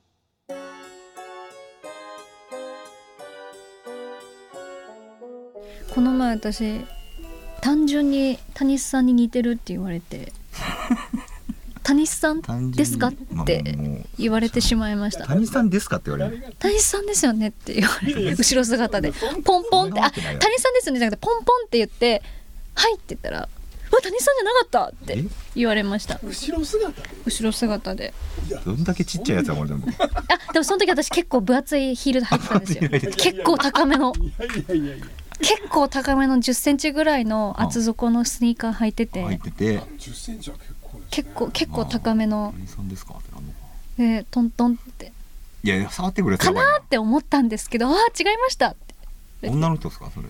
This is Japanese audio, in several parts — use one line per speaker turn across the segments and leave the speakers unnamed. う
この前私単純に谷さんに似てるって言われ て谷さんですかっ
まあ
て
もう
言われてしまいました
谷さんですかって言われる
谷さんですよねって言われて後ろ姿でポンポンって「あ谷さんですよね」じゃなくてポンポンって言って「はい」って言ったら「うわ谷さんじゃなかった」って言われました
後ろ姿
後ろ姿 で
どんだけちっちゃいやつだ俺でも
あでもその時私結構分厚いヒール履いてたんですよ結構高めの
いやいやいやいや
結構高めの1 0ンチぐらいの厚底のスニーカー履いて
入っててて
10センチは結構です
結構結構高めの
谷さんですかってなんのか
でトントンって
いやいや触ってくるやつ
か
やばい
なーって思ったんですけどあー違いましたって
女の人ですかそれ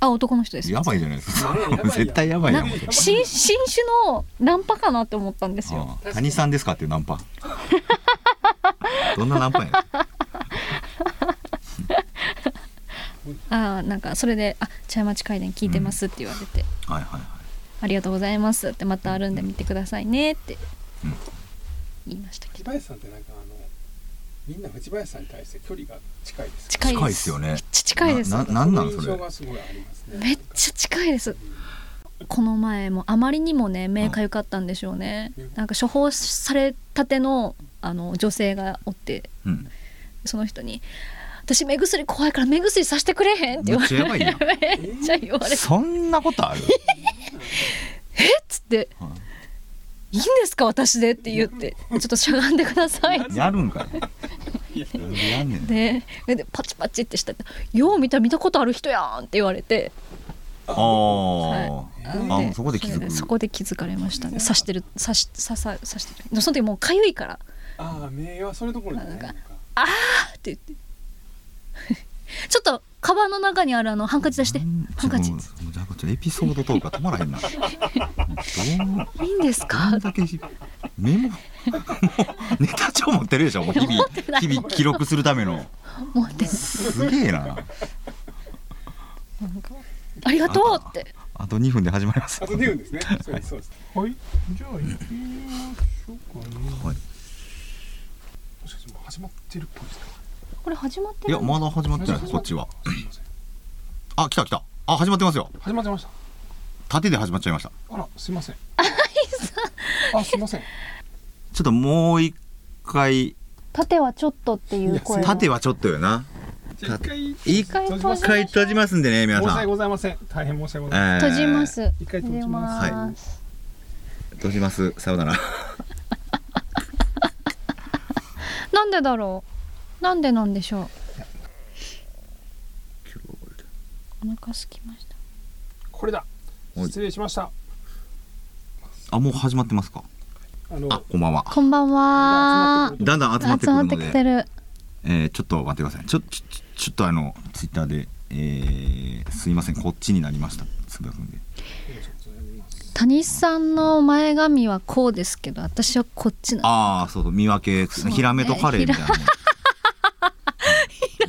あ男の人です
やばいじゃないですか
やばいやばい
絶対やばいやん
な新新種のナンパかなって思ったんですよ
うん谷さんですかっていうナ ンパどんなナンパや
あーなんかそれで「あ茶屋町会談聞いてます」って言われて「
はいはいはい
ありがとうございます」って「またあるんで見てくださいね」って言いましたけ
藤
ど
林さんってなんかあのみんな藤林さんに対して距離が近いです
近いです
近いっすよね
めっちゃ近いです
ななんなん
そうい
そ
う印象
れ
がすごいありますね
めっちゃ近いですこの前もあまりにもね目かゆかったんでしょうね、
うん
なんか処方されたてのあの女性がおって
うん
その人に「私目薬怖いから目薬さしてくれへん」って言われて
めっちゃや ばいやん
めっちゃ言われて
そんなことあ る
「えっ?」つって
うん
「いいんですか私で」って言って「ちょっとしゃがんでください」って
やるんかいなんでやんねん
ででパチパチってしたって「よう見たら見たことある人やん」って言われて
あー、
な
あ
ん
もうそこで気づ
それ
く
そこで気づかれましたね刺してる刺し刺さ刺してるでもその時もうかゆいから
ああ名はそれどころじゃないのか
なんって言って ちょっとカバンの中にあるあのハンカチ出して
うん
ハンカチ
ちょっともうじゃあちょっとエピソードトークが止まらへんなどう
いいんですか
どんだけしメモもうネタ 帳持ってるでしょもう日
持ってな
々
い
日々記録するための
持ってる
すげえな
なんかありがとうって
あと2分で始まります
あとで言うんですねそうですそうですはいじゃあ行きましょうかね
はい
もしかしてもう始まってるっぽいですか
これ始まって
い
る
やまだ始まってないですこっちはあ来た来たあ始まってますよ
始まってました
縦で始まっちゃいました
あらすいませんあすい ません
ちょっともう一回
縦はちょっとっていう声が
縦はちょっとよな
じゃあ一回
一
一回閉じま
回
しょう
閉じますんでね皆
申し
さ
訳
ん
ございません大変申し訳ございません
閉
閉じます
一回閉じます
閉じます
閉じますさよなら
なんでだろうなんでなんでしょうお腹すきました
これだ
はい
失礼しました
あもう始まってますか
あの
あこんばんは
こんばんは
だんだん集まっ
集
てく
ま
る
って
の
き
で
てる
えーちょっと待ってくださいちょちょちょちょっとあのツイッターで、えーすいませんこっちになりましたつぶやくんで
谷さんの前髪はこうですけど私はこっちな
ああそうそう見分け
うね
ヒラメとカレーみたいなね、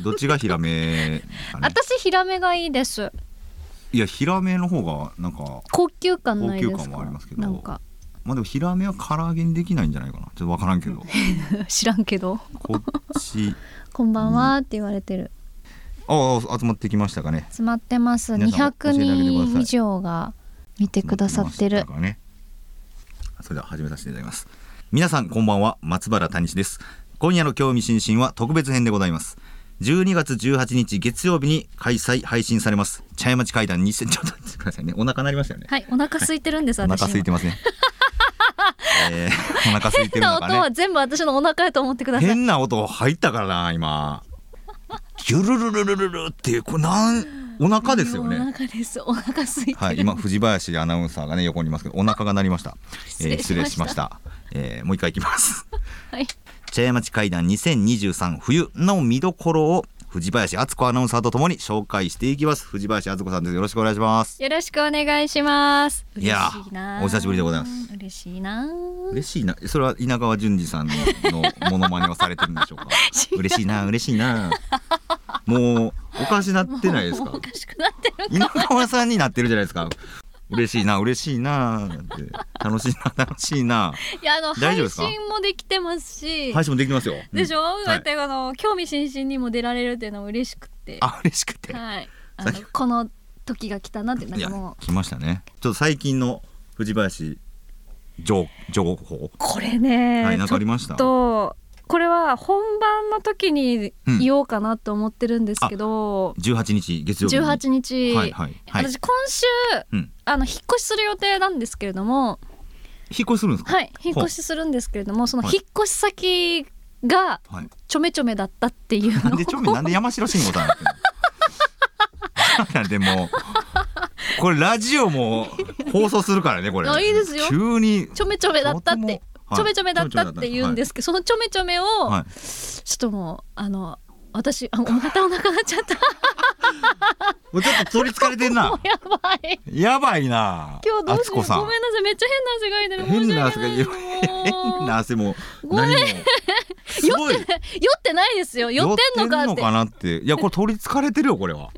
どっちがヒラメかね
私ヒラメがいいです
いやヒラメの方がなんか
高級感ないですか
高級感もありますけど
なんか
まあでもヒラメは唐揚げにできないんじゃないかなちょっと分からんけ ど
知らんけど
こっち
こんばんはって言われてる。
ああ集まってきましたかね
詰まってます。
皆
200
さん教えてあげてくだ
人
さい
以上が見てくださって
集ま
る
きました。からねそれでは始めさせていただきます皆さんこんばんは松原谷志です今夜の興味津々は特別編でございます12月18日月曜日に開催配信されます茶屋町会談2000ちょっと 待ってくださいねお腹鳴りましたよね
はい、お腹空いてるんです。
お腹
私今
空いてますね。 えー、お腹空い
変
てる
な
の
音
か
は
ね。
全部私のお腹やと思ってください。
変な音入ったからな今。ギュルルルルルルっていうこれなんお腹ですよ
お
ね。
腹です。お腹空いてる。
はい今藤林アナウンサーがね横にいますけどお腹が鳴りました。えー失
失
礼
礼
し
し
ま
ま
し。
した
えーもう一回いきます。
はい。
茶屋町会談2023冬の見どころを藤藤林敦子アナウンサーとともに紹介していきます藤林敦子さんですよろしくお願いします
よろしくお願いします。
いやー
嬉しな
お久しぶりでございます。
嬉しいなー。
嬉しいなそれは稲川淳二さんののモノマネをされてるんでしょ うか嬉しいな嬉しいなもうおかしなってないです
もう
か
おかしくなってる。
稲川さんになってるじゃないですか嬉しいな嬉しいなって楽しいな楽しいない
やあの
大
配
丈夫ですか
信もできてますし、
配信もできてますよ
でしょ。
い
だってあの興味津々にも出られるっていうのも嬉しくて、
あ嬉しくて
はい。あ
さ
の
っき
この時が来たなってないん
や
かもう
来ましたねちょっと最近の藤林情情報
これね、
はいなんかありました
ちょっとこれは本番の時に言おうかなと思ってるんですけど、
18日月曜日に
18日、
はいはいはい
私今週
うん
あの引っ越しする予定なんですけれども。
引っ越しするんですか
はい、引っ越しするんですけれども、その
はい
引っ越し先が
はい
ちょめちょめだったっていう
なん
の。
でちょめなんで山城慎吾さんやってんの なんでもうこれラジオも放送するからねこれ
あいいですよ
急に
ちょめちょめだったっ
と
て
ても、はい
ちょめちょめだったって言うんですけど、そのちょめちょめを、
はい
ちょっともうあの私あお腹お腹なっちゃった。
もうちょっと取りつかれてん な
もうやばい。
やばいな
今日どうし
敦
よう。ごめ
子
んな
さ
さ
ん
い、めっちゃ変な汗がいてる。申
変な汗が
し訳ないも
変
う
な汗も
ごめん
何 もすごい
酔ってないですよ。酔ってんのか
寄
っ
っ
て
てんのかなっていやこれ取りつかれてるよこ れは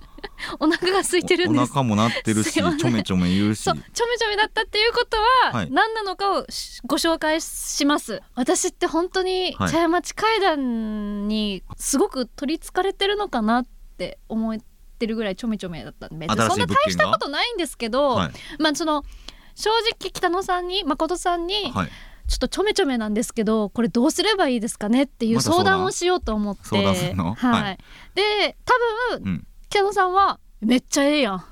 お腹が空いてるん
お
です。
腹もなってるし
す
ち
いません
ょめちょめ言うし
そうちょめちょめだったっていうこと
は
はい何なのかをしご紹介します私って本当に
はい
茶屋町階段にすごく取りつかれてるのかなって思ってるぐらいちょめちょめだったんで別に
新
そ
し
んな
い物
大
件
し
が
たことないんですけど、
はい
まあその正直北野さんに誠さんに、
はい
ちょっとちょめちょめなんですけどこれどうすればいいですかねってい
ま
う
た相
相
談
談をしようと思って
相談するの
はい、
はい
で多分、
うん
北野さんはめっちゃええやん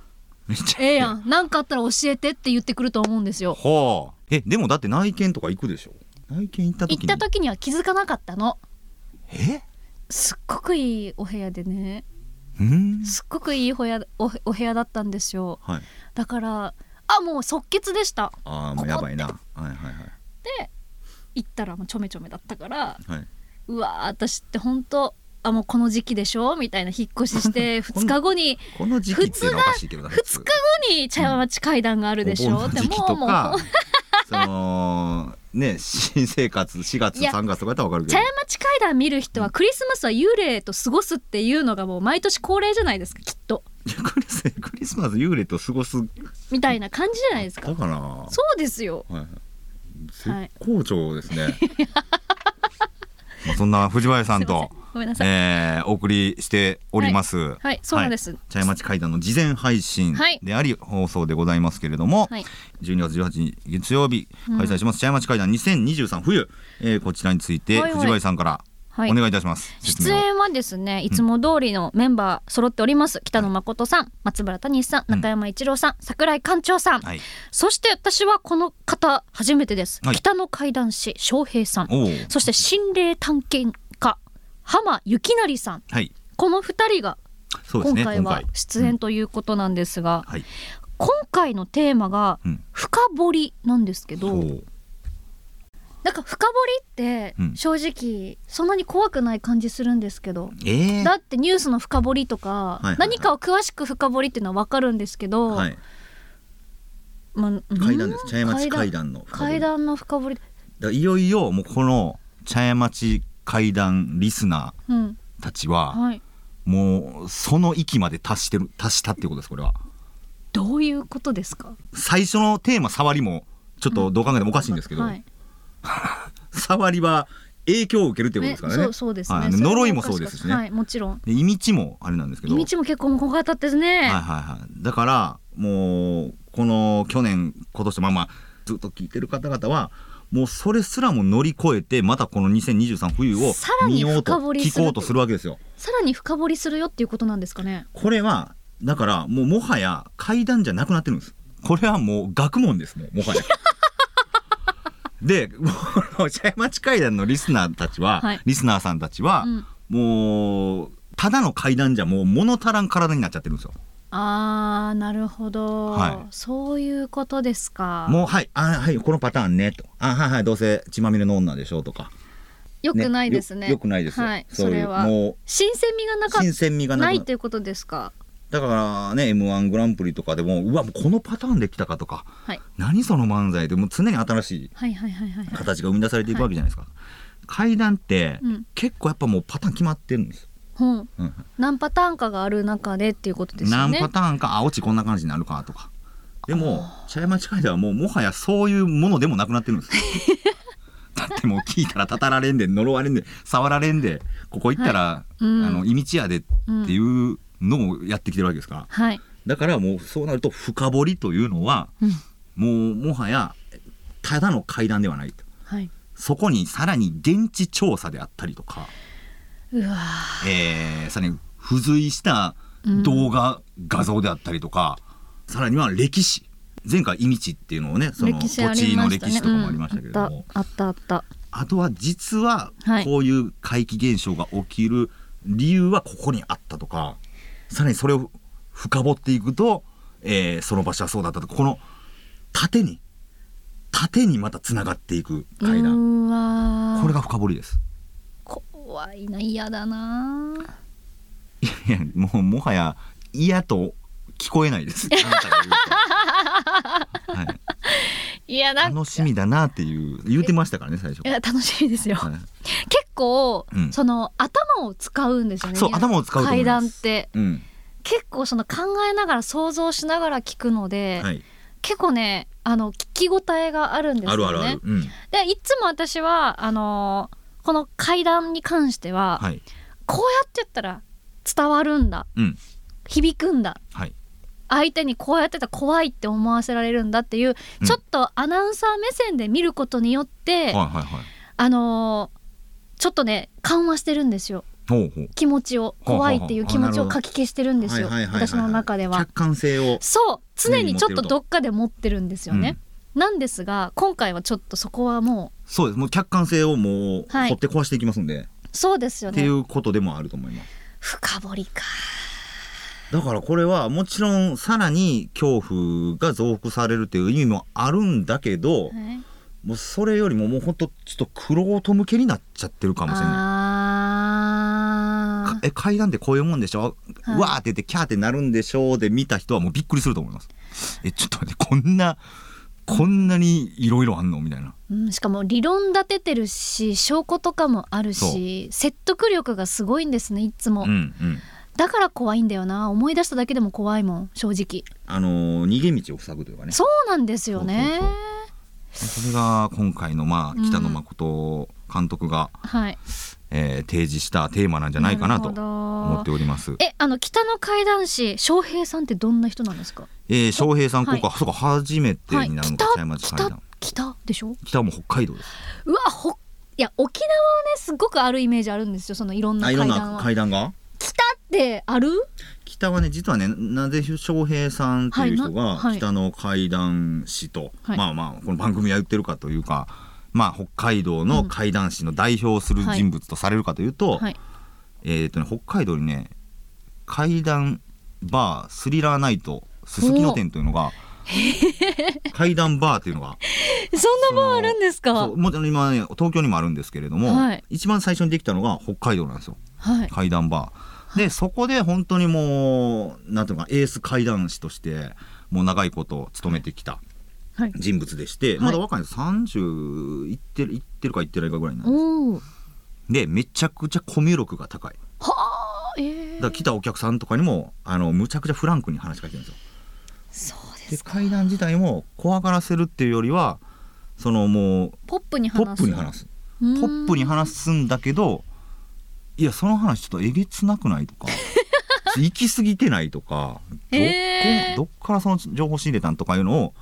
めっちゃ
ええやん何かあったら教えてって言ってくると思うんですよ
はあえでもだって内見とか行くでしょ内見行った時
行っ
に
た時には気づかなかったの
え
すっごくいいお部屋でね
うん
すっごくいいお部屋おお部屋だったんですよ
はい
だからあもう即決でした
ああもうやばいなはいはいは
行ったらもうちょめちょめだったから
いはいう
わー私って本当あもうこの時期でしょみたいな引っ越しして
こん
2日後に
この時期っていうのはおかしいけどな
2日後に茶屋町階段があるでしょ
お盆
っ
の
て
時期
も
と
うもう
かそのね新生活4月
いや
3月とかやったらわかるけ
茶
ど
屋町階段見る人はクリスマスは幽霊と過ごすっていうのがもう毎年恒例じゃないですかきっと
いやクリスクリスマス幽霊と過ごす
みたいな感じじゃないですか
だから
そうですよ
はいはい
はい
絶好調ですね、 まあそんな藤林さんと
すいませんごめんなさい
えーお送りしております。はい
はいそうなんです
茶屋町会談の事前配信
はい
であり、放送でございますけれども、
はい
12月18日月曜日開催します、茶屋町会談2023冬、えーこちらについ
は
て
いはい
藤林さんから
はい
お願いいたします。
出演はですねいつも通りのメンバー揃っております、北野誠さん松原谷さん
うん
中山一郎さん、桜井館長さん、
はい。
そして私はこの方初めてです、
はい
北野怪談師翔平さん
おお。
そして心霊探検家浜幸成さん
はい。
この二人が
そうです
今
ね。
回は出演ということなんですが、
はい。
今回のテーマが
うん
深掘りなんですけど、
そう。
なんか深掘りって
うん
正直そんなに怖くない感じするんですけど、
ええ
だってニュースの深掘りとか、
いはいはい
何かを詳しく深掘りっていうのは分かるんですけど、
はい。
まあうん
階段です。茶屋町会談の深掘り
階段の深掘り、
だからいよいよもうこの茶屋町会談リスナ
うん
ーたちは、
はい、
もうその域まで達してる達したっていうことですこれは
どういうことですか
最初のテーマ触りもちょっとどう考えてもおかしいんですけど、
はい
触りは影響を受けるっていうことですからね
ねそうそうですね、
はい
それは
呪いもそうですしね、
はいもちろん
でいみちもあれなんですけど
道も結構怖かったですね、
はいはいはいだからもうこの去年今年まあまあずっと聞いてる方々はもうそれすらも乗り越えてまたこの2023冬を
さら
見
に
ようと
深掘り
聞
する
こうとするわけですよ
さらに深掘りするよっていうことなんですかね
これはだからもうもはや階段じゃなくなってるんですこれはもう学問ですもうもはやでもう茶屋町階段のリスナーたちは、
はい
リスナーさんたちは、
うん
もうただの階段じゃもう物足らん体になっちゃってるんですよ
あーなるほど、
はい
そういうことですか
もうはいあはいこのパターンねとあはいはいどうせ血まみれの女でしょうとか
良くないですね
よよくないですよ
はい
そう
そ
い
れ
う
は
もう
新鮮味がなかっ
新鮮味がなく
ないということですか
だからね m 1グランプリとかでもうわもうこのパターンできたかとか
はい
何その漫才でもう常に新しい
はいはいはいはいはい
形が生み出されていくわけじゃないですか、階段って、
うん
結構やっぱもうパターン決まってるんですよ、
ほう
うん
何パターンかがある中でっていうことですよ
何
ね
パターンかあオチこんな感じになるかとかでも茶屋町階段はもうもはやそういうものでもなくなってるんで すよだってもう聞いたらたたられんで呪われんで触られんでここ行ったら、
うん
あのいみちやでっていうのをやってきてるわけですから、
はい、
だからもうそうなると深掘りというのは
うん
もうもはやただの階段ではないと
はい、
そこにさらに現地調査であったりとか、
うわ
えーさらに付随した
うん
動画、画像であったりとかさらには歴史前回「いみち」っていうのをねその
歴
土
史あ
地
り
の
ました
歴
ね
史とかもありましたけれども、
うんあったあったあっ
あとは実は
はい
こういう怪奇現象が起きる理由はここにあったとかさらにそれを深掘っていくと、えーその場所はそうだったとかこの縦に縦にまたつながっていく
た
階段
うわ
これが深掘りです
怖いな嫌だない
やいやもうもはや嫌と聞こえないで すあなたが言うと、
嫌
は
だ
い、楽しみだなっていう言うてましたからね最初
いや楽しみですよ、
はい
結構、
うん
その頭を使うんですよね
そう頭を使うと思
階
いま
段っ
す
て
うん
結構その考えながら想像しながら聞くので、
はい
結構ねあの聞き応えがあるんです
あ
よね
るあるある、うん
でいつも私はあのーこの階段に関しては、
はい
こうやってやったら伝わるんだ
うん
響くんだ
はい
相手にこうやってたら怖いって思わせられるんだっていう、
うん
ちょっとアナウンサー目線で見ることによって、
はいはいはい
あのーちょっとね緩和してるんですよ
ほうほう
気持ちを
ほうほう
怖いっていう気持ち
あなるほ
を
ど
かき消してるんですよ
はいはいはいはい
私の中では
客観性を
そう
常
常
に
に
持
ちょ
って
っ
ると
とどっかで持ってるんですよね、なんですが今回はちょっとそこはも
そうですもう客観性をもう
はい
掘って壊していきますんで、
うそうですよ
ってい
ね
うことでもあると思います
深掘りか
だからこれはもちろんさらに恐怖が増幅されるという意味もあるんだけど、
はい
もうそれよりももうほんとちょっとクロート向けになっちゃってるかもしれない
あ
かえ階段ってこういうもんでしょ、
はいう
わーって言ってキャーってなるんでしょで見た人はもうびっくりすると思いますえちょっと待ってこんなこんなにいろいろあんのみたいな
ー、うん、しかも理論立ててるし証拠とかもあるし説得力がすごいんですねいつも、
うんうん
だから怖いんだよな思い出しただけでも怖いもん正直
あのー逃げ道を塞ぐというかね
そうなんですよね
そうそうそれが今回のまあ北野誠監督が、
はい
えー提示したテーマなんじゃないかなと
なるほど
思っております。
えあの北の怪談師翔平さんってどんな人なんですか
えー、翔平さん、
は
今
い
回、そうか、初めて
はい
になるの
北
か、茶屋町階
北
段。
北でしょ
北はもう北海道です。
うわほいや沖縄はねすごくあるイメージあるんですよそのいろんな
あ、い
階
ろん
段
な
は
階段が。
北ってある
北はね、実はね、なぜ翔平さんという人
はいな
が
はい
北の怪談師と、
はい
まあまあ、この番組は言ってるかというか。まあ、北海道の怪談師の代表する人物とされるかというと、
はい
えーとね、北海道にね怪談バースリラーナイトすすきの店というのが怪談バーというのが
そんなバーあるんですか
そうもちろん今ね東京にもあるんですけれども、
はい
一番最初にできたのが北海道なんですよ
はい
怪談バー。でそこで本当にもうなんていうのかエース怪談師としてもう長いこと務めてきた
はい
人物でして、
い
まだ若いんです30いってるいってるかいってないかぐらいなんです
おお
でめちゃくちゃコミュ力が高い
はあええ
だから来たお客さんとかにもあのむちゃくちゃフランクに話しかけてるんですよ。
そうで
です階段自体も怖がらせるっていうよりはそのもう
ポップに
ポ
話す
ップに話す
うーん
ポップに話すんだけどいやその話ちょっとえげつなくないと か行き過ぎてないとかどっ,、
へー
どっからその情報仕入れたんとかいうのを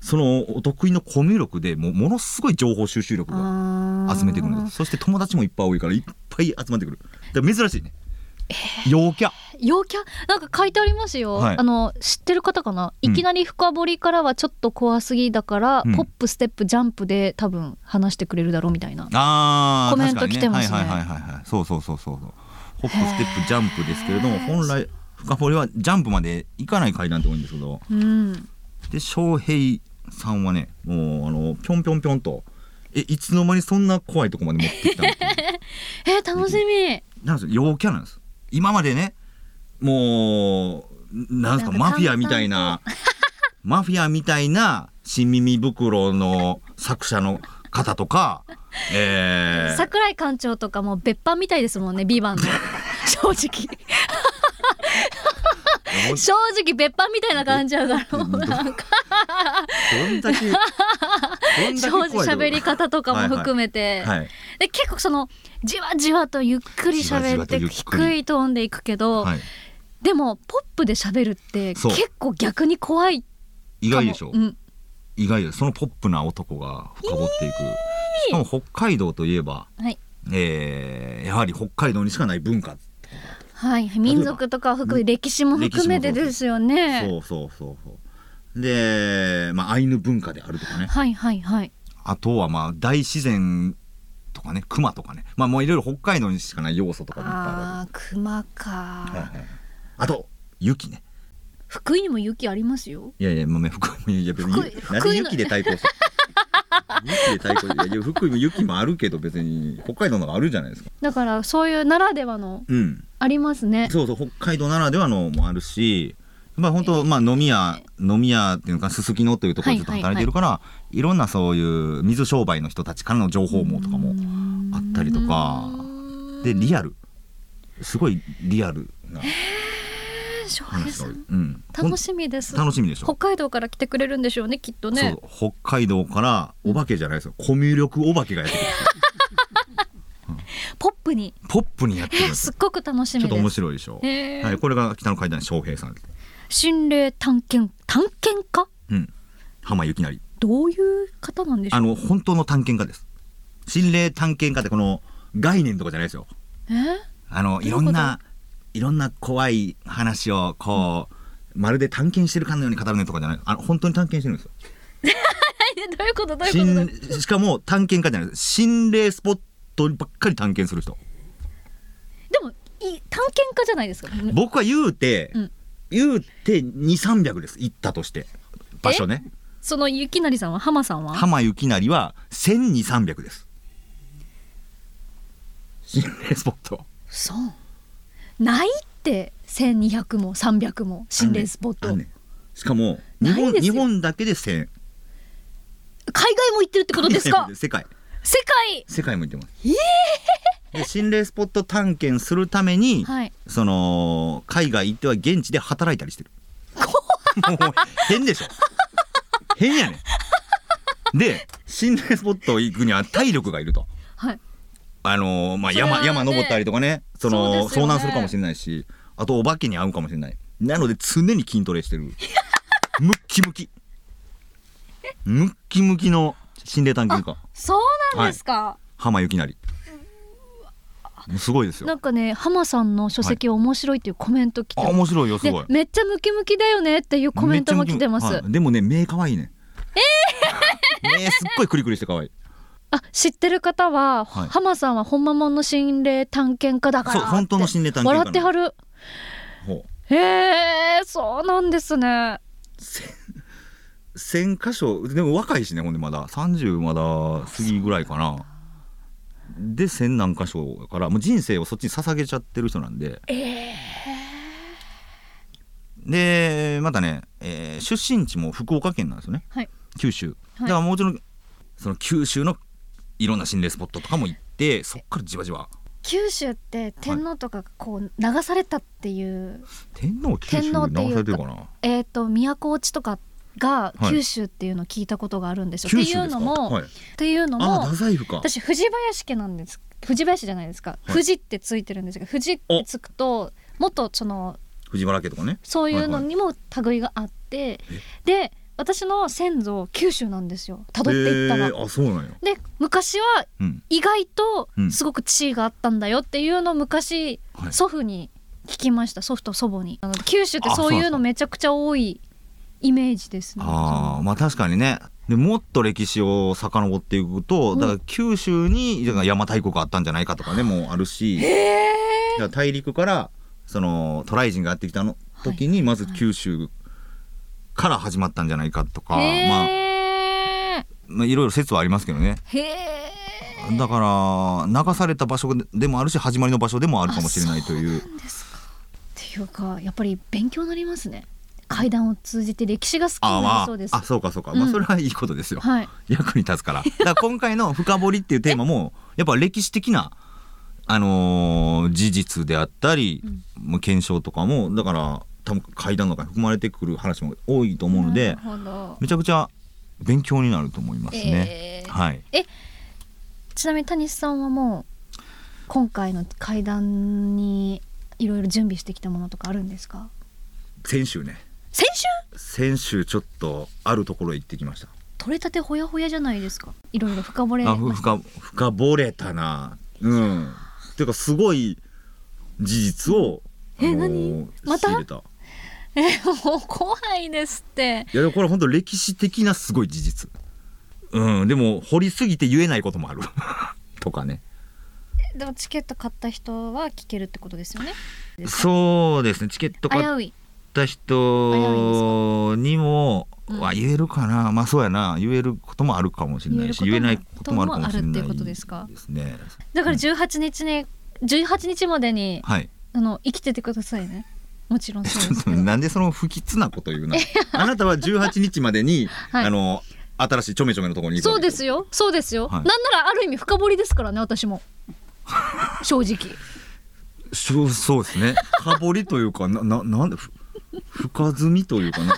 そのお得意のコミュ力でもうものすごい情報収集力が
あー
集めてくるんですそして友達もいっぱい多いからいっぱい集まってくるだから珍しいね、陽キャ
陽キャなんか書いてありますよ、
はい
あの知ってる方かな、
う
い
ん
きなり深掘りからはちょっと怖すぎだから、
うん
ポップステップジャンプで多分話してくれるだろうみたいな
あー
コメント
確かに
来てますね
はいはいはいはいはいそうそうそうそうそうホップステップジャンプですけれども本来深掘りはジャンプまで行かない階段って多いんですけど
うん
で翔平さんはねもうあのぴょんぴょんぴょんとえいつの間にそんな怖いとこまで持ってきたの
えー楽しみ
なんですよ陽キャなんです今までねもうなんで
な
すか
んか
マフィアみたいな マフィアみたいな新耳袋の作者の方とか、えー、
桜井館長とかもう別班みたいですもんねビバンの正 直正直別班みたいな感じやからもうなんか
どんだけどんだけ
正
怖い
直喋り方とかも含め
と
て
かはい
で結構そのじわじわとゆっくり喋って
じわじわとゆっくり
低いトーンでいくけど、
はい
でもポップで喋るって
そう
結構逆に怖いか
意
も
外でしょ
うん、
意外ですそのポップな男が深掘っていくしかも北海道といえば、
はい、
えーやはり北海道にしかない文化
はい、民族とかを含め歴史も含めてですよね
そうそうそうそうで、まあ、アイヌ文化であるとかね
はいはいはい
あとはまあ大自然とかね熊とかねまあもういろいろ北海道にしかない要素とかもいっぱいあ
あー熊か、
るわけです、はいはい、あと雪ね
福井にも雪ありますよ
いやいや、まあ、福井いや別に
福井
なん
福
で
井の
雪で対抗す る雪で対抗いやいや福井も雪もあるけど別に北海道の方があるじゃないですか
だからそういうならではの
うん
ありますね
そうそう北海道ならではのもあるしまあ本当まあ飲み屋飲み屋っていうかすすきのというところでずっと働いてるから、いろんなそういう水商売の人たちからの情報網とかもあったりとかでリアルすごいリアルな
翔平
話
さ
が多い
ん、
うん、ほん
楽しみです
楽しみでしょ
北海道から来てくれるんでしょうねきっとね
そう北海道からお化けじゃないですよコミュ力お化けがやってくる
ポップに
ポップにやってくるん
え
です
す
よ
っごく楽し
ちょ
み
っと面
です
白いでしょ、
へー
はい、これが北の階段翔平さんです、
心霊探検探検家
うん、浜ゆきなり
どういう方なんでしょ
あ
う
の本当の探検家です心霊探検家ってこの概念とかじゃないですよ
え
あのい
どういうこ
ろ
と
んないろんな怖い話をこう、まるで探検してるかのように語るねとかじゃないあの本当に探検してるんですよ
どういうことどういうことどういうこ
心しかも探検家じゃないです心霊スポットばっかり探検する人
とでもい探検家じゃないですか
僕は言うて、
うん
言うて2300です行ったとして場所ね
その雪成さんは浜さんは
浜雪成は1200300です心霊スポット
そうないって1200も300も心霊スポッ
あ
ト、
んねんしかも
な
日
い
本
です
日
よ
本だけで1000
海外も行ってるってこと ですか
世界
世界
世界も行ってますで心霊スポット探検するために、
はい
その海外行っては現地で働いたりしてるもう変でしょ変やねんで心霊スポット行くには体力がいると
はい
あのーまあ
それは
山、
ね
山登ったりとかね
そ
そ
う
の
ですよね
遭難するかもしれないしあとお化けに会うかもしれないなので常に筋トレ してるムッキムキムッキムキの心霊探検家
そうなんですか、
浜ゆきなりもうすごいですよ
なんかね浜さんの書籍面白いっていうコメント来て、
あ面白いよす
で
ごい
めっちゃムキムキだよねっていうコメントも来てます、
はいでもね目可愛いねええ目すっごいクリクリして可愛い
あ知ってる方は、
はい
浜さんは本間もんの心霊探検家だから
そう本当の心霊探検家な
笑ってはる
ほう
へえそうなんですね
1000箇所でも若いしねほんでまだ30まだ過ぎぐらいかなで1000何箇所やからもう人生をそっちに捧げちゃってる人なんででまたね、えー出身地も福岡県なんですよね
はい
九州、
はい
だからもちろんその九州のいろんな心霊スポットとかも行ってそっからじわじわ
九州って天皇とかがこう流されたっていう、
天皇九州に
天皇っていう
流されてるかな
えっ、と都落ちとかが
はい
九州っていうのを聞いたことがあるんですよ。
九
って
州
い
で
う
すか
のも、
はい、
っていうの
あ
も
太宰府か
私藤林家なんです藤林じゃないですか、
い
藤ってついてるんですけど藤ってつくともっとその
藤原家とかね
そういうのにも類があって、で私の先祖九州なんですよ辿っていったら。
へーあそうなんや
で昔は
うん
意外と
うん
すごく地位があったんだよっていうのを昔、
はい
祖父に聞きました祖父と祖母にあの九州って
あ
そう
そう
い
な
うんの
だ
めちゃくちゃ多いイメージですね
あーまあ確かにねでもっと歴史を遡っていくと、だから九州にだから邪馬台国があったんじゃないかとかねもうあるし、だから大陸からその渡来人がやってきたの時にまず九州から始まったんじゃないかとか、
へ
まあ
え、
まあいろいろ説はありますけどね
へえ
だから流された場所でもあるし始まりの場所でもあるかもしれないという
なんですかっていうかやっぱり勉強になりますね階段を通じて歴史が好きにな
あ、ま
り
あ
そうです
あそうかそうか、ま
う
あ
ん
それはいいことですよ、
はい
役に立つからだから今回の「深掘り」っていうテーマもやっぱ歴史的な、あのー事実であったり、もう検証とかもだから多分階段とかに含まれてくる話も多いと思うので、
なるほど
めちゃくちゃ勉強になると思いますね。
えー
はい
ちなみに谷さんはもう今回の階段にいろいろ準備してきたものとかあるんですか
先週ね
先週
先週ちょっとあるところへ行ってきました。
取れたてほやほやじゃないですかいろいろ深掘れ
あ
ま
ふ
し
深深掘れたなうんていうかすごい事実を、
え
あのー
何また
仕入れたい
たもう怖いですって
やでもこれ本当歴史的なすごい事実うんでも掘りすぎて言えないこともある とかね
でもチケット買った人は聞けるってことですよね
そうですねチケット
危
買っ
うい
た
危う
人にも
うん
は言えるかな、まあそうやな言えることもあるかもしれないし言
言
え
え
ない
る
こ
ことと
も
も
あるかもしれな
あ
い
るってことですか
ですね
だから
うん
18日に18日までに
はい
あの生きててくださいねもちろん
え
そ
ち
う
ょ
で
っ
す
と
けど
なん でその不吉なこと言うな。あなたは18日までに、
はい
あの新しいちょめちょめのところに行く
そ
わ
う
けで
ですすよそうですよ、
はい
なんならある意味深掘りですからね私も正 直
そうそうですね。かぼりというかなななんでふ深積みというかな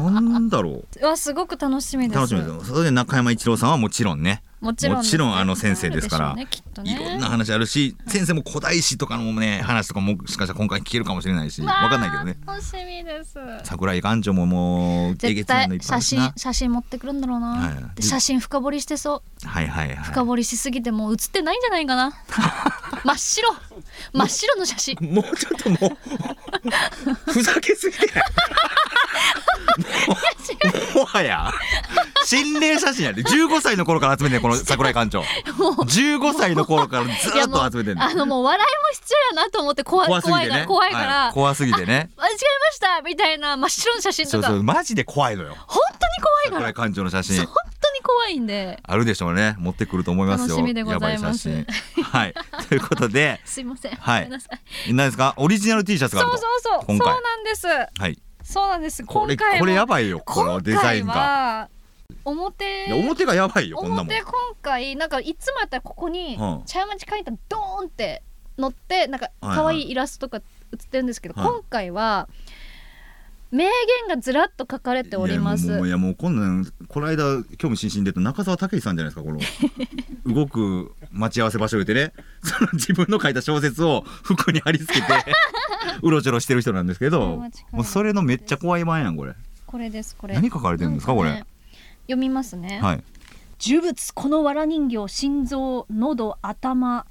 なんだろ
うわすごく 楽しみ
う
です
楽しみです。それで中山一郎さんはもちろんね。
もちろんです
もちろんあの先生ですから
なるでしょうねきっとね
いろんな話あるし、先生も古代史とかのね話とかももしかしたら今回聞けるかもしれないし、わかんないけどね。
わあ楽しみです
桜井館長ももうえげ
絶
つな
対
いのいっぱいあ
写
るし
真
な
写真持ってくるんだろうな、
はい
で写真深掘りしてそう
はいはいはい。
深掘りしすぎてもう写ってないんじゃないか な真っ白真っ白の写真
もうちょっともうふざけすぎてないもうもはや心霊写真やで15歳の頃から集めてんねんこの桜井館長15歳の頃からず
い
ー
や
っ
もう
と集めてんねん
あのもう笑いも必要やなと思って怖い
怖すぎ
怖
て
い
ね
から怖いから、
は怖すぎてね
間違えましたみたいな真っ白の写真
そ
と
う
か
そうマジで怖いのよ
本当に怖いから
桜井館長の写真
本当に怖いんで
あるでしょうね持ってくると思いますよ
楽しみでございます
やばい写真はいということです
いません、
は
ご
い
めんなさい
何ですかオリジナル T シャツ
そ
が
う
あると
そうそうそう
今回
なんです
はい
そうなんです
これ
今回も
これやばいよこの
今
デザイ
回
ンが
は表
いや表がやばいよこんなもん
表今回なんかいつもやったらここに
うん
茶屋町階段ドーンって乗ってなんか
はい
可愛いイラストとか写ってるんですけど、
はい
今回は名言がずらっと書かれておりま
いやもうい
す
やもうこんなんこの間興味津々で言うと中澤武さんじゃないですかこの 動く待ち合わせ場所言うてねその自分の書いた小説を服に貼り付けてうろちょろしてる人なんですけど
間違いない
もうそれのめっちゃ怖い版やんこれ
これですこれ
何書かれてるんですか
な
こ
か
れ、
ね読みますね、
はい
呪物この藁人形心臓喉頭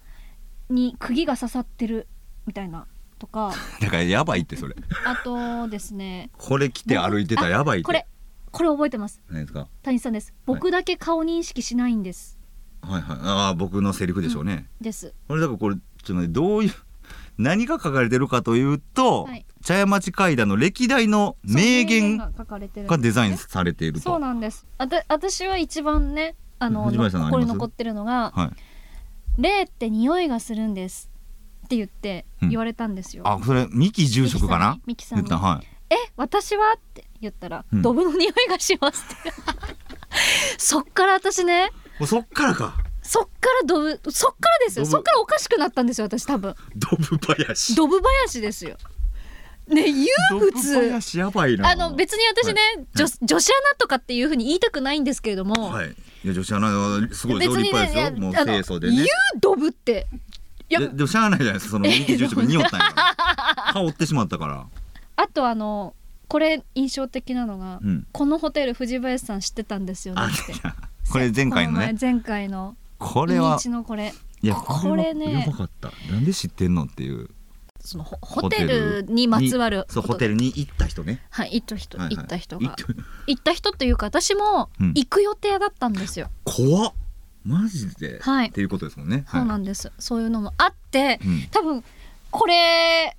に釘が刺さってるみたいなと か
だからやばいってそれ
あとですね
これ着て歩いてたらやばいって
これこれ覚えてます
何ですか
谷さんです
はい
僕だけ顔認識しないんです、
はいはいああ僕のセリフでしょうね、
です
これだからこれちょっとねどういう何が書かれてるかというと、
はい
茶屋町階段の歴代の
そう
名言
が書かれてるんです
が
ね
デザインされていると。
そうなんですあた私は一番ねあの
藤
の
林さんあります
心に残ってるのが
は
「
い。
霊って匂いがするんです」って言って
うん
言われたんですよ、
あ、それ三木住職かな。
ミキさん
言っ
に
たはい。
え私はって言ったら、
うん
ドブの匂いがしますって そっから私ね
もうそっからか。
そっからドブそっからですよ
ドブ
そっからおかしくなったんですよ私多分
ドブ林。
ドブ林ですよね言う普
ドブ
通
林やばいな。
あの別に私ね、女女子アナとかっていうふうに言いたくないんですけれども、
はい。いや女子アナすごい
別
上
に
立派
ね
で
い
すよ。
や
もう
あの
清楚で
言
ね
う。ドブっていや
ででもしゃあないじゃないですか。その三木住職が匂ったん やから。香ってしまったから。
あとあのこれ印象林なのが、
うん
このホテル藤林さん知ってたんですよね
あ、い
って
やこれ前回のね。
前回の
こ
こ
れは。
のこれ
いや
こ
は
れね
やばかった。なんで知ってんのっていう。
そのホホテルにまつわる
そうホテ
ル
ルに行った人ね。
はい行った人、
はいはい
行った人が
行っ
行った人っていうか私も
うん
行く予定だったんですよ、
怖っ。マジで。
はい
っていうことですもんね。
そうなんですそういうのもあって、
うん
多分これ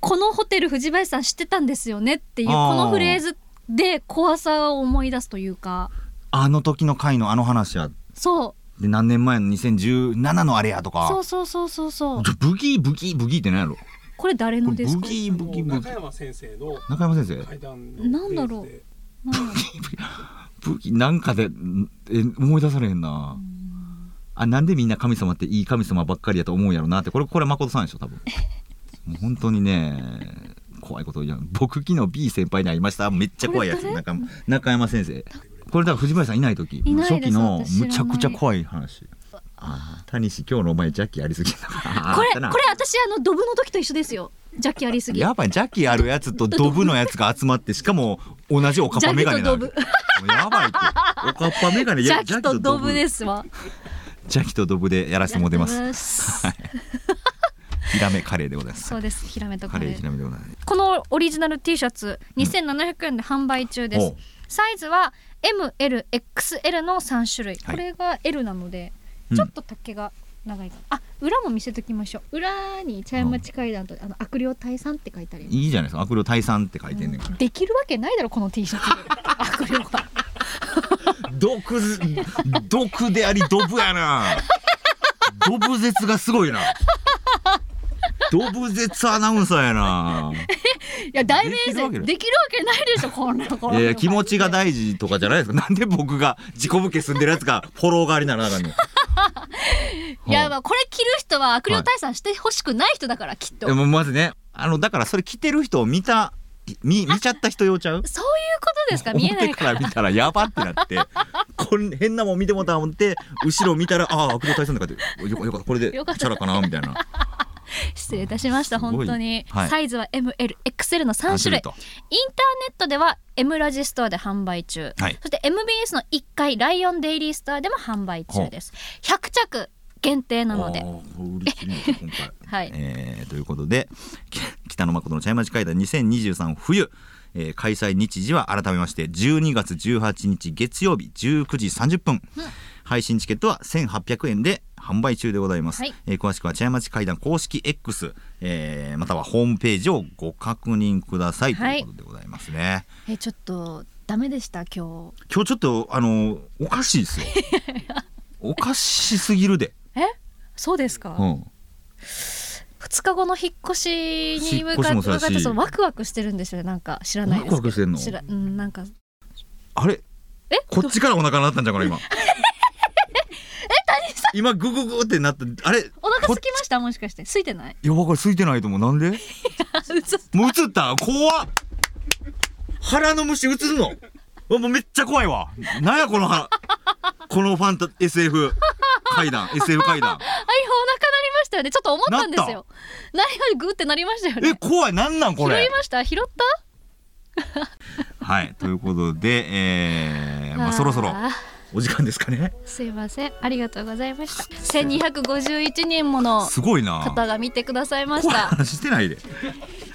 このホテル藤林さん知ってたんですよねっていう
あー
このフレーズで怖さを思い出すというか
あの時の回のあの話や
そう
で何年前の2017のあれやとか
そうそうそうそうそう
ちょブギーブギーブギーって何やろ
これ誰のです
ブ
か
ギーブギーブギ
中
ー
山先生の
中山先生
階段の
なんだろう
フレーズで
なんだろ
ブギーなんかでんえ思い出されへんなあなんでみんな神様っていい神様ばっかりやと思うやろなってこれこれ誠さんでしょ 多分もう本当にね怖いこと言うやん僕昨日 B 先輩に会いましためっちゃ怖いやつ
これ
中中山先生これだから藤林さんいない時
いないです
初期の
私知らない
むちゃくちゃ怖い話あ谷氏今日のお前ジャッキありすぎだ
う
な
これ
あ
こ
った
れ
な
私あのドブの時と一緒ですよジャッキありすぎジ
やばいジャッキあるやつとドブのやつが集まってしかも同じおかっぱ
ャ
メ
ッ
ガ
キ
ネ
と
な
ド
わけ
ブ
もうやばい っておかっぱメガネい
ジャ
や
ッキとドブですわ
ジャッキとドブでやらせてもらってます
す
ヒラメカレーでございます
そうですひらめとこ
カレー
れ
ヒラメでございます
このオリジナル T シャツ2700円で販売中です、
お
サイズは MLXL の3種類、
は
こ
い
れが L なので
うん
ちょっと丈が長いかな、あ裏も見せときましょう裏に茶屋町階段とあの悪霊退散って書いてあります
いいじゃないですか悪霊退散って書いてんねんから
できるわけないだろこの T シャ ツで悪霊は
毒ず毒でありドブやなドブ絶がすごいなドブ絶アナウンサーやない
や代名詞
できるわけない
できるわけないでしょこんなところ
いやいや気持ちが大事とかじゃな いですかなんで僕が自己武家住んでるやつがフォロー代わりならなあかんの
いやまあこれ着る人は悪霊退散してほしくない人だからきっと、
えもうまずねあのだからそれ着てる人を見た見見ちゃった人用ちゃう
そういうことですか見えない
表から見たらやばってなってこん変なもん見てもうた思って後ろ見たらああ悪霊退散だかってよかよかったこれでチ
よかった
ャラかなみたいな
失礼いたしました
あすごい
本当に、
はい
サイズは MLXL の3種類インターネッ
と
トでは M ラジストアで販売中、
はい
そして MBS の1階ライオンデイリーストアでも販売中です100着限定なので
あーこれ嬉しいね今回
はい
えーということでき北野誠の茶屋町会談2023冬、えー開催日時は改めまして12月18日月曜日19時30分、配信チケットは1800円で販売中でございます、
はい
えー詳しくは茶屋町会談公式 X、えーまたはホームページをご確認くださいと
はいいう
ことでございますね、
えちょっとダメでした今日
今日ちょっとあのおかしい ですよおかしすぎるで、
えそうですか、
うん、
2日後の引っ越しに向かって
引っ越しもそうだし
向かってそうワクワクしてるんですよねなんか知らないですけど
ワクワクしてんの
知らうんなんか
あれ
え
こっちからお腹になったんじゃんこれ今え
谷
さん今グググってなったあれ
お腹空きましたもしかして空いてない
いやばこれ空いてないと思うなんで
あうつ
もう映った怖っ腹の虫映るのうわもうめっちゃ怖いわなんやこの腹このファンタ SF 階段 SF 階段
あ、今お腹鳴りましたよね。ちょっと思ったんですよ。なりまグーってなりましたよ
え
ね。
怖いなんなんこ
拾
れ
いました。拾っ
はいということでえー、
た。
まあそろそろ
あー
お時間ですかね
すいません。ありがとうございました。1251人もの
すごいな
方が見てくださいまし
怖い
た。
話してないで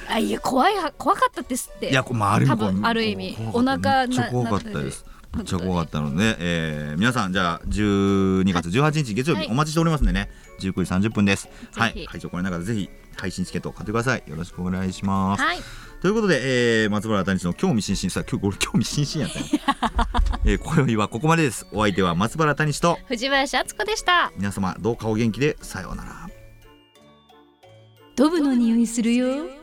あ、いや、怖いは、怖かったですって。
いや、こまあ、ある意
多
味
分
こう
ある意味
怖かった
お腹な
めっちゃ怖かったです。めっちゃ怖かったので、えー皆さんじゃあ12月18日月曜
は
日
い
お待ちしておりますんでね、19時30分です。は
ぜ
い、
ひ
会場これながらぜひ配信チケットを買ってください。よろしくお願いします。
はい。
ということで、えー松原谷氏の興味津々さ、今日これ興味津々やったよ。 えー、今宵はここまでです。お相手は松原谷氏と
藤林敦子でした。
皆様どうかお元気でさようなら。
ドブの匂いするよ。